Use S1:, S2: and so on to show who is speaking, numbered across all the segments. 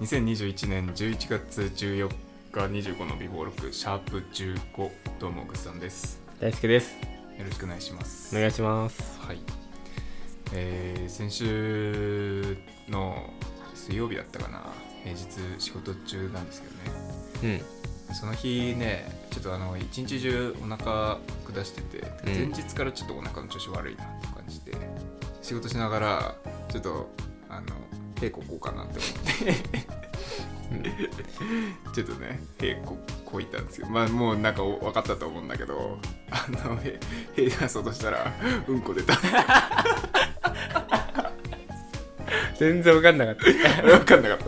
S1: 2021年11月14日25のビフォーロックシャープ15どうもぐっさんです
S2: 大輔です
S1: よろしくお願いします
S2: お願いします
S1: はいえー、先週の水曜日だったかな平日仕事中なんですけどね
S2: うん
S1: その日ねちょっとあの一日中お腹下してて
S2: うん
S1: 前日からちょっとお腹の調子悪いなって感じで仕事しながらちょっとあの屁ここうかなって思って、ちょっとね屁ここいたんですよまあもうなんかお分かったと思うんだけどあのへ屁出そうとしたらうんこ出た
S2: 全然分かんなかっ
S1: 分かんなかっ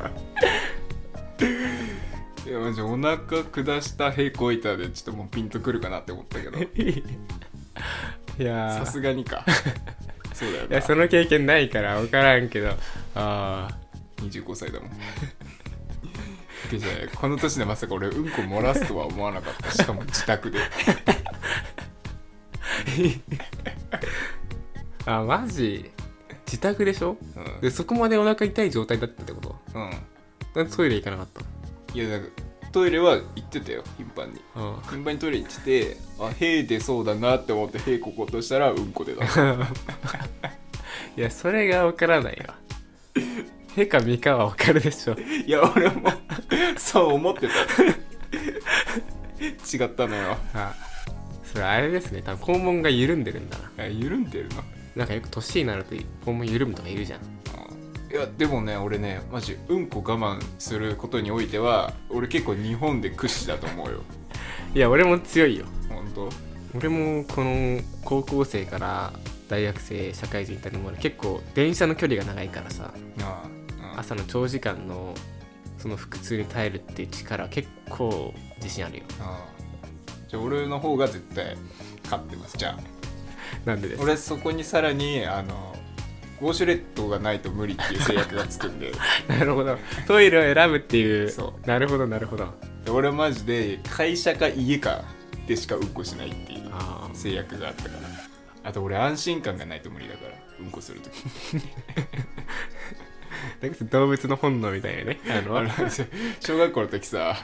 S1: たいやマジお腹下した屁こいたでちょっともうピンとくるかなって思ったけど
S2: たいや
S1: さ
S2: ー
S1: すがにかそうだよ
S2: い
S1: な
S2: やその経験ないから分からんけど
S1: ああ25歳だもんでじゃあこの年でまさか俺うんこ漏らすとは思わなかったしかも自宅で
S2: あマジ自宅でしょ
S1: うん、
S2: でそこまでお腹痛い状態だったってこと
S1: うん、
S2: なんでトイレ行かなかった
S1: いやだからトイレは行ってたよ頻繁に
S2: のうん
S1: 頻繁にトイレ行っててあ屁出そうだなって思って屁ここうとしたらうんこ出た
S2: いやそれが分からないわへかみかは分かるでしょ
S1: いや俺もそう思ってた違ったのよ
S2: あそれあれですね多分肛門が緩んでるんだな
S1: あ緩んでるな
S2: なんかよく年になると肛門緩むとかいるじゃん
S1: いやでもね俺ねマジうんこ我慢することにおいては俺結構日本で屈指だと思うよ
S2: いや俺も強いよ
S1: 本当
S2: 俺もこの高校生から大学生社会人に至るまで結構電車の距離が長いからさ
S1: ああ
S2: 朝の長時間のその腹痛に耐えるっていう力は結構自信あるよ
S1: あじゃあ俺の方が絶対勝ってますじゃあ
S2: なんでです
S1: 俺そこにさらにあのウォシュレットがないと無理っていう制約がつくんで
S2: なるほどトイレを選ぶっていう
S1: そ
S2: なるほどなるほど
S1: で俺マジで会社か家かでしかうんこしないっていう
S2: あー
S1: 制約があったからあと俺安心感がないと無理だからうんこするとき
S2: なんか動物の本能みたいなね あの
S1: あの 小学校の時さ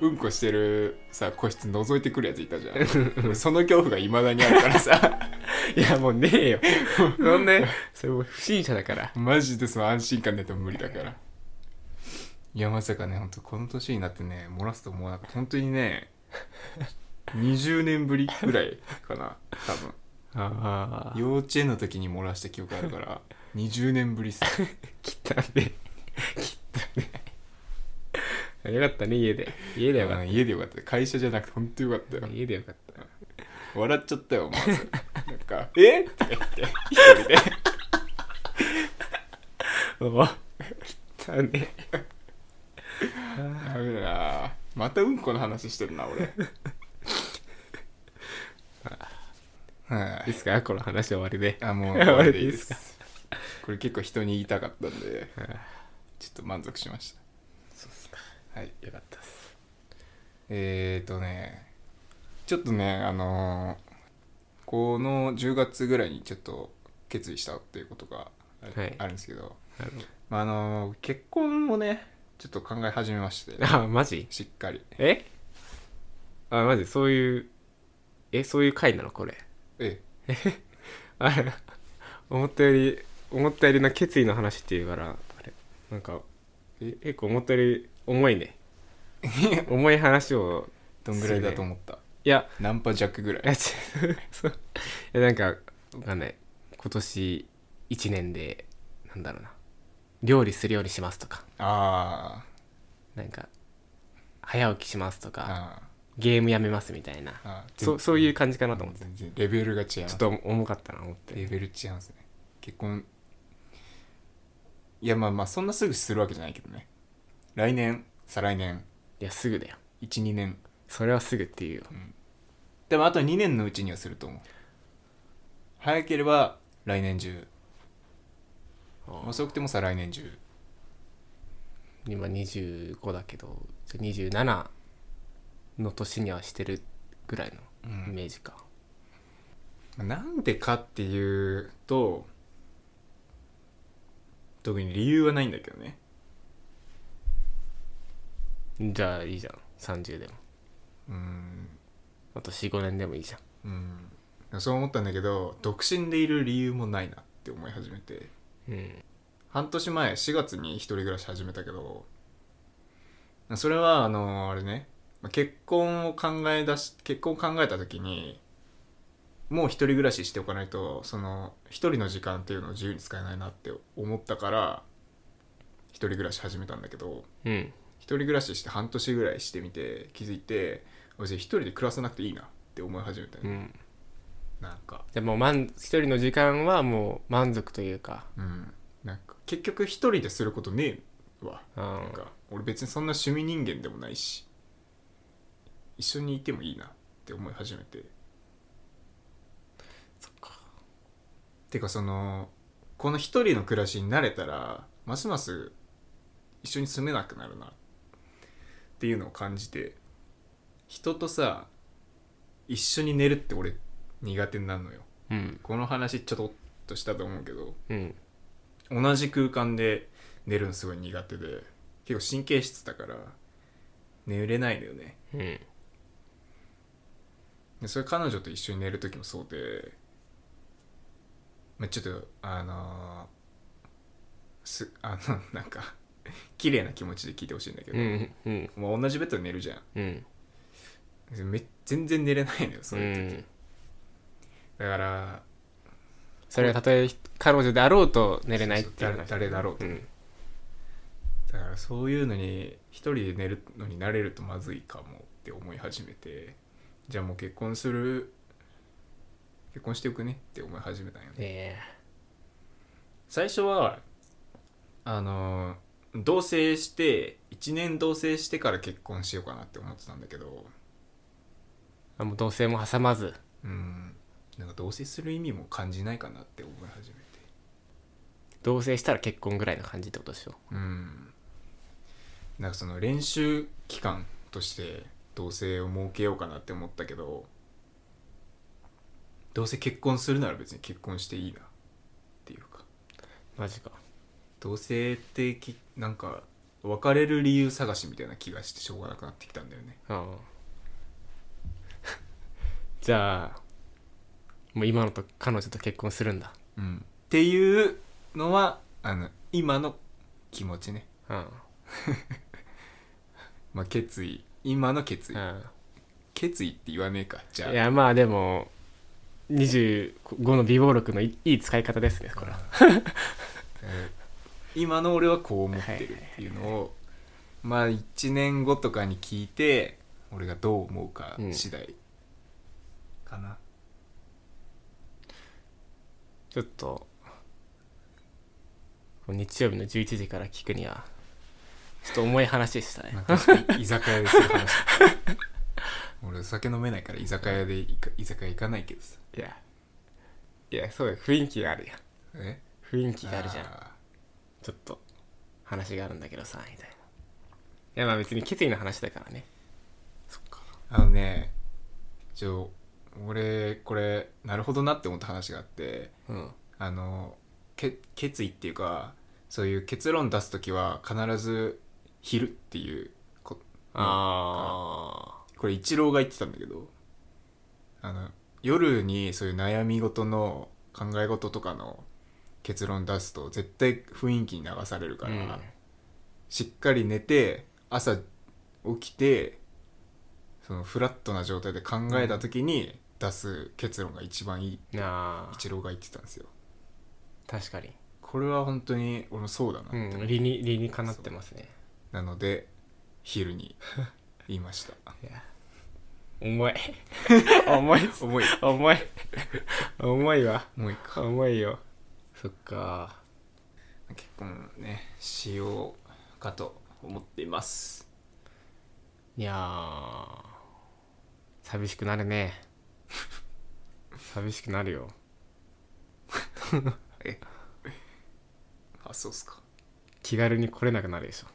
S1: うんこしてるさ個室覗いてくるやついたじゃん 俺その恐怖がいまだにあるからさ
S2: いやもうね えよそんなそれもう不審者だから
S1: マジでその安心感ないと無理だからいやまさかね本当この年になってね漏らすと思わなかった本当にね20年ぶりぐらいかな多分
S2: ああ
S1: 幼稚園の時に漏らした記憶あるから20年ぶりっす
S2: 切ったね切ったねよ かったね家で家でよか
S1: う
S2: っ
S1: ん家でよかった会社じゃなくて本当よかったよ
S2: た家でよかった
S1: 笑っちゃったよ思わずなん か「えっ?」って言って一人で。
S2: お汚ね
S1: ダメだなまたうんこの話してるな俺はい
S2: いですかこの話終わりで
S1: あもう
S2: 終わ
S1: こ
S2: り
S1: れ
S2: で
S1: で
S2: い
S1: い
S2: い
S1: い
S2: で
S1: です
S2: か
S1: すこれ結構人に言いたかったんでちょっと満足しましたはい
S2: よかったです
S1: えーとねちょっとねあのーこの10月ぐらいにちょっと決意したっていうことがあ
S2: はい
S1: あるんですけど、
S2: あ
S1: まああのー結婚をねちょっと考え始めまして
S2: のあマジ
S1: しっかり
S2: えあマジそういうえそういう回なのこれ
S1: ええ
S2: あれ思ったより思ったよりな決意の話っていうからあれなんかえ結構思ったより重 いね重い話を
S1: どんぐらいだと思った
S2: いや
S1: 何パ弱ぐらい
S2: いや違う そういやなんかわかんない今年1年でなんだろうな料理するようにしますとか
S1: あ
S2: なんか早起きしますと
S1: ー
S2: か
S1: あ
S2: ゲームやめますみたいな
S1: ーあー
S2: そ
S1: 全
S2: うそういう感じかなと思って
S1: 全然レベルが違うちょ
S2: ちょっと重かったな思って
S1: レベル違うんですね結婚いやまあまあそんなすぐするわけじゃないけどね来年再来年
S2: いやすぐだよ
S1: 12年
S2: それはすぐっていうよ
S1: でもあと2年のうちにはすると思う早ければ来年中遅くても再来年中
S2: 今25だけど27の年にはしてるぐらいのイメージか、
S1: なんでかっていうと特に理由はないんだけどね
S2: じゃあいいじゃん30でも
S1: うん
S2: あと45年でもいいじゃん
S1: うんそう思ったんだけど独身でいる理由もないなって思い始めて
S2: うん
S1: 半年前4月に一人暮らし始めたけどそれはあのあれねまあ結婚を考え出し結婚を考えた時にもう一人暮らししておかないとその一人の時間っていうのを自由に使えないなって思ったから一人暮らし始めたんだけど
S2: うん
S1: 一人暮らしして半年ぐらいしてみて気づいて私一人で暮らさなくていいなって思い始めた、
S2: う
S1: ね
S2: ん
S1: なんか
S2: じゃあもう満一人の時間はもう満足というか
S1: うんなんか結局一人ですることねえわ
S2: う
S1: なん
S2: ん
S1: か俺別にそんな趣味人間でもないし一緒にいてもいいなって思い始めて
S2: そっか
S1: てかそのこの一人の暮らしに慣れたらますます一緒に住めなくなるなっていうのを感じて人とさ一緒に寝るって俺苦手になるのよ
S2: うん
S1: この話ちょっとしたと思うけど
S2: うん
S1: 同じ空間で寝るのすごい苦手で結構神経質だから寝れないのよね
S2: うん
S1: でそれ彼女と一緒に寝る時もそうで、まあ、ちょっとあのーす あのなんか綺麗な気持ちで聞いてほしいんだけど、
S2: うんうん
S1: まあ、同じベッドで寝るじゃ
S2: うん
S1: んめ全然寝れないのよそういう時、
S2: うん
S1: だから
S2: それがたとえ彼女であろうと寝れないってい
S1: そう
S2: う話
S1: そう誰誰だろうと
S2: ん
S1: だからそういうのに一人で寝るのに慣れるとまずいかもって思い始めてじゃあもう結婚する結婚しておくねって思い始めたんよね
S2: え
S1: 最初はあの同棲して1年同棲してから結婚しようかなって思ってたんだけど
S2: えもう同棲も挟まず
S1: うんなんか同棲する意味も感じないかなって思い始めて
S2: 同棲したら結婚ぐらいの感じってことでしょ
S1: うんなんかその練習期間として同棲を設けようかなって思ったけどどうせ結婚するなら別に結婚していいなっていうか
S2: マジか
S1: 同棲ってきなんか別れる理由探しみたいな気がしてしょうがなくなってきたんだよね
S2: ああ じゃあもう今のと彼女と結婚するんだ
S1: うん、っていうのはあの今の気持ちね、
S2: うん
S1: まあ、決意今の決意
S2: うん
S1: 決意って言わねえかじゃあ
S2: いやまあでも25の美貌録のいいい使い方ですねこれは
S1: えー今の俺はこう思ってるっていうのをまあ1年後とかに聞いて俺がどう思うか次第かな、
S2: ちょっと日曜日の11時から聞くにはちょっと重い話でしたね
S1: なんか確か に居酒屋でする話俺お酒飲めないから居酒屋でいか居酒屋行かないけどさ
S2: いやいやそうだよ雰囲気があるやん
S1: え
S2: 雰囲気があるじゃん
S1: あ
S2: ちょっと話があるんだけどさみたいないやまあ別に決意の話だからねそっか
S1: ーあのねちょ俺これなるほどなって思った話があって
S2: うん
S1: あのけ決意っていうかそういう結論出す時は必ず「昼」っていうこ
S2: あ
S1: これ一郎が言ってたんだけどあの夜にそういう悩み事の考え事とかの結論出すと絶対雰囲気に流される
S2: あ
S1: から、しっかり寝て朝起きてそのフラットな状態で考えた時に出す結論が一番いいって
S2: なあ
S1: 一郎が言ってたんですよ。
S2: 確かに、
S1: これは本当に俺もそうだなって
S2: う
S1: 思っ
S2: ん、理に理にかなってますね
S1: なので昼に言いました
S2: いや重い 重いっす
S1: 重い
S2: 重い重いわ
S1: もういいか
S2: 重いよそっか
S1: 結婚ねしようかと思っています
S2: いやー寂しくなるね 寂しくなるよ
S1: あそうっすか
S2: 気軽に来れなくなるでしょ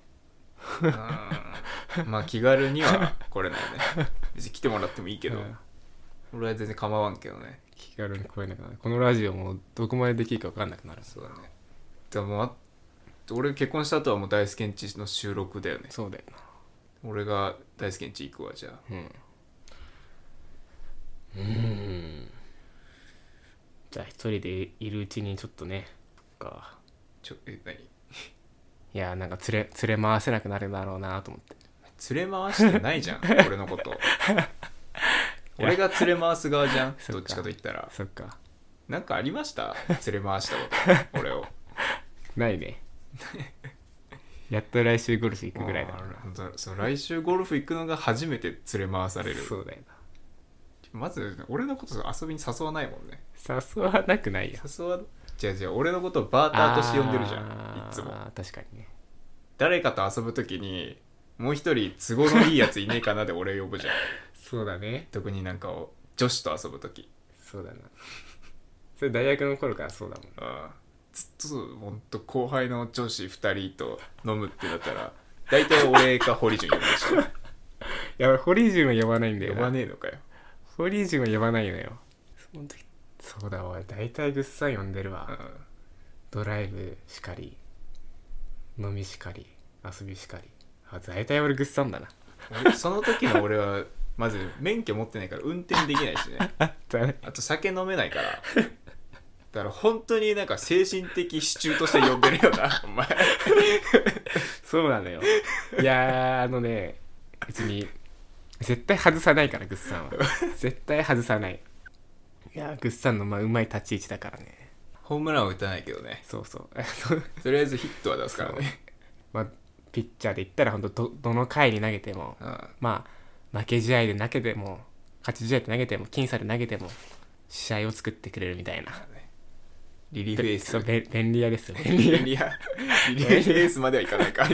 S1: うーんまあ気軽には来れない ね別に来てもらってもいいけど、
S2: うん
S1: 俺は全然構わんけどね
S2: 気軽に来れなくなるこのラジオもどこまでできるか分かんなくなる
S1: そうだねでもあ俺結婚した後はもう大好きんちの収録だよね
S2: そうだよ
S1: 俺が大輔んち行くわじゃあ
S2: うんうんじゃあ一人でいるうちにちょっとねか
S1: ちょえ何
S2: いやなんか連れ連れ回せなくなるだろうなと思って
S1: 連れ回してない じゃん俺のこと俺が連れ回す側じゃん
S2: そっか
S1: どっちかと言ったら
S2: そっか
S1: なんかありま した連れ回したこと俺を
S2: ないね やっと来週ゴルフ行くぐらいだ
S1: あーほんとそう来週ゴルフ行くのが初めて連れ回される
S2: そうだよな
S1: まず俺のこと遊びに誘わないもんね
S2: 誘わなくないよ
S1: 誘わ違う違う俺のことをバーターとして呼んでるじゃん
S2: あー
S1: いつも
S2: 確かにね
S1: 誰かと遊ぶ時にもう一人都合のいいやついねえかなで俺呼ぶ じゃん
S2: そうだね
S1: 特になんかを女子と遊ぶ時
S2: そうだなそれ大学の頃からそうだもん
S1: うんずっとそうほんと後輩の女子2人と飲むってなったら大体俺か堀潤呼ぶでし
S2: いや俺堀潤は呼ば ないんだ
S1: ょ
S2: よ
S1: 呼ば
S2: な
S1: ねえのかよ
S2: 堀潤は呼ばないのよその時そうだわ大体ぐっさん呼んでるわ、
S1: うん
S2: ドライブしかり飲みしかり遊びしかりあ大体俺ぐっさんだな
S1: 俺その時の俺はまず免許持ってないから運転できないしね
S2: だね
S1: あと酒飲めないからだから本当になんか精神的支柱として呼んでるよ なお前
S2: そうなのよいやーあのね別に絶対外さないからぐっさんは絶対外さないいやーぐっさんのまあうまい立ち位置だからね
S1: ホームランは打たないけどね
S2: そうそう あの
S1: とりあえずヒットは出すからね
S2: まあピッチャーで言ったら本当どどの回に投げても
S1: うん
S2: まあ負け試合で投げても勝ち試合で投げても僅差で投げても試合を作ってくれるみたいな
S1: リリーフエース
S2: そうべん便利屋ですよ便
S1: リ
S2: 利
S1: リ
S2: 屋
S1: ーフエースまではいか ないか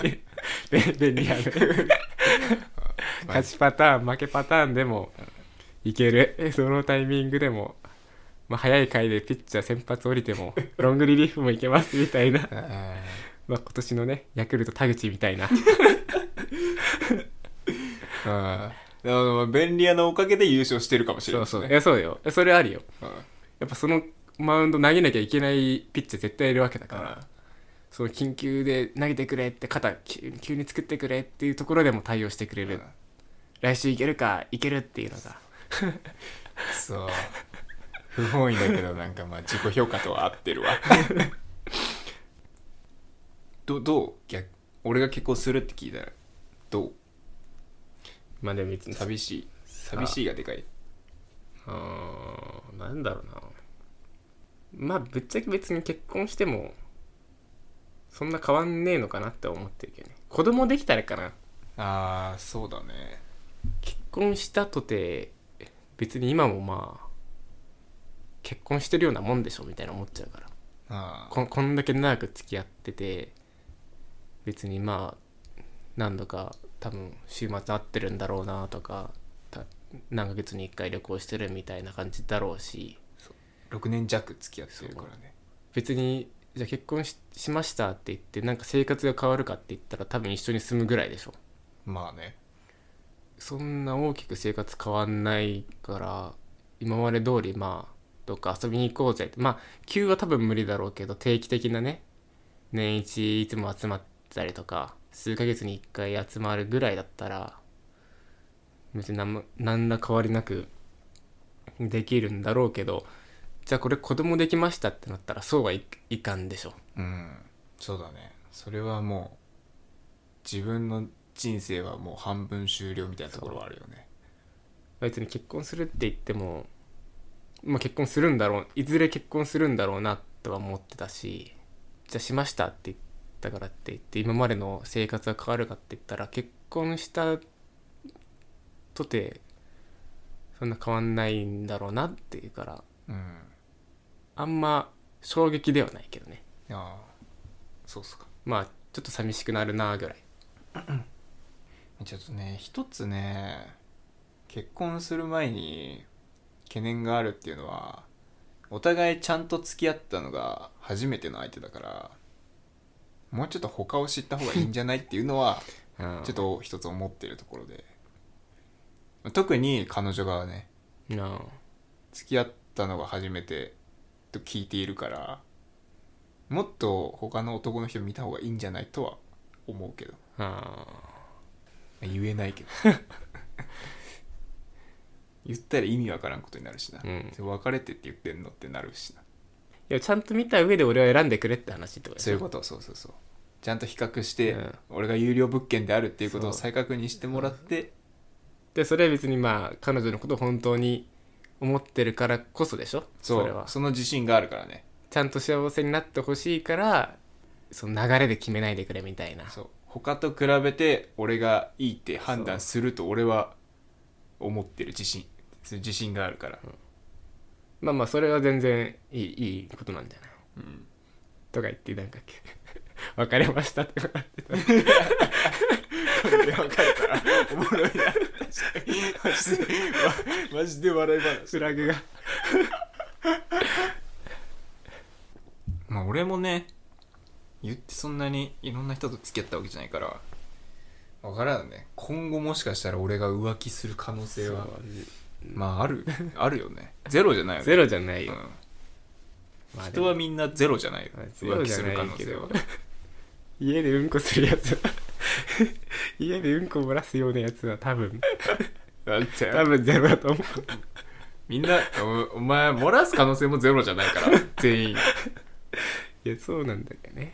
S2: 便利屋で勝ちパターン負けパターンでもいける そのタイミングでも、まあ、早い回でピッチャー先発降りても ロングリリーフもいけますみたいな まあ今年のねヤクルト田口みたいな
S1: うんでもまあ便利屋のおかげで優勝してるかもしれ
S2: そ
S1: ないうです
S2: そう
S1: ね
S2: いやそうよそれあるよ
S1: うん
S2: やっぱそのマウンド投げなきゃいけないピッチャー絶対いるわけだから、その緊急で投げてくれって肩急急に作ってくれっていうところでも対応してくれ
S1: う
S2: る、
S1: ん
S2: 来週いけるかいけるっていうのが
S1: そう不本意だけどなんかまあ自己評価とは合ってるわどどう逆俺が結婚するって聞いたらど
S2: まあでも別
S1: う
S2: に
S1: 寂しい寂しいがでかい
S2: あーなんだろうなまあぶっちゃけ別に結婚してもそんな変わんねえのかなって思ってるけどね子供できたらかな
S1: ああそうだね
S2: 結婚したとて別に今もまあ結婚してるようなもんでしょみたいな思っちゃうから
S1: あ
S2: ここんだけ長く付き合ってて別にまあ何度か多分週末会ってるんだろうなとかた何ヶ月に1回旅行してるみたいな感じだろうし
S1: 6年弱付き合ってるからね
S2: 別にじゃあ結婚ししましたって言ってなんか生活が変わるかって言ったら多分一緒に住むぐらいでしょ
S1: まあね
S2: そんな大きく生活変わんないから今まで通りまあどっか遊びに行こうぜまあ急は多分無理だろうけど定期的なね年一いつも集まったりとか数ヶ月に1回集まるぐらいだったら別に何も何ら変わりなくできるんだろうけどじゃあこれ子供できましたってなったらそうはいいかんでしょ
S1: うんそうだねそれはもう自分の人生はもう半分終了みたいなところはあるよね
S2: 別に結婚するって言っても、まあ、結婚するんだろういずれ結婚するんだろうなとは思ってたしじゃあしましたって言ったからって言って今までの生活が変わるかって言ったら結婚したとてそんな変わんないんだろうなっていうから
S1: うん
S2: あんま衝撃ではないけどね
S1: ああそうっすか
S2: まあちょっと寂しくなるなぐらい
S1: ちょっとね一つね結婚する前に懸念があるっていうのはお互いちゃんと付き合ったのが初めての相手だからもうちょっと他を知った方がいいんじゃないっていうのはちょっ
S2: と
S1: と一つ思ってるところで特に彼女側ね
S2: なあ
S1: 付き合ったのが初めてと聞いているからもっと他の男の人見た方がいいんじゃないとは思うけど
S2: あ
S1: 言えないけど 言ったら意味わからんことになるしな、
S2: うん
S1: それ別れてって言ってんのってなるしな
S2: でもちゃんと見た上で俺は選んでくれって話ってこと
S1: そういう
S2: と
S1: ことそうそうそうちゃんと比較して、
S2: うん
S1: 俺が有料物件であるっていうことを
S2: そ
S1: 再確認してもらって
S2: でそれは別にまあ彼女のことを本当に思ってるからこそでしょ
S1: そう
S2: れは
S1: その自信があるからね
S2: ちゃんと幸せになってほしいからその流れで決めないでくれみたいな
S1: そう他と比べて俺がいいって判断すると俺は思ってる自信そういう自信があるから、
S2: まあまあそれは全然いいいいことなんじゃない
S1: うん
S2: とか言ってなんかけ 別れましたって言われて
S1: で別れたらおもろいなマジでマジで笑い話
S2: フラグが
S1: まあ俺もね言ってそんなにいろんな人と付き合ったわけじゃないから分からんね今後もしかしたら俺が浮気する可能性はまあある あるよねゼロじゃないよね
S2: ゼロじゃない
S1: うん
S2: よ、まあで
S1: 人
S2: も
S1: はみんなゼロじゃないよ
S2: まあゼ
S1: 浮
S2: ロ
S1: 気
S2: じゃ
S1: す
S2: な
S1: る
S2: い
S1: 可能
S2: け
S1: 性は
S2: ど家でうんこするやつは 家でうんこ漏らすようなやつは多分
S1: だって
S2: 多分ゼロだと思う
S1: みんなおお前漏らす可能性もゼロじゃないから全員
S2: いやそうなんだよね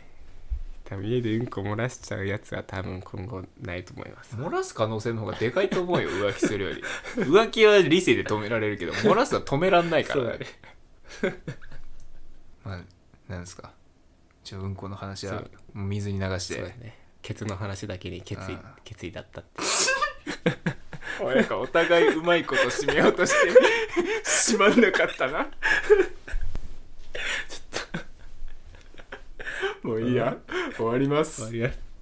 S2: 多分家でうんこ漏らしちゃうやつは多分今後ないと思います
S1: 漏らす可能性の方がでかいと思う よ浮気するより浮気は理性で止められるけど漏らすは止めらんないからね まあなんですかちょうんこの話は
S2: そう
S1: もう水に流し
S2: そうだ
S1: て
S2: ねケツの話だけに決意
S1: ああ
S2: 決意だったって
S1: おなんかお互いうまいこと締めようとして締まんなかった な
S2: も
S1: もういいや、終わります
S2: 終わります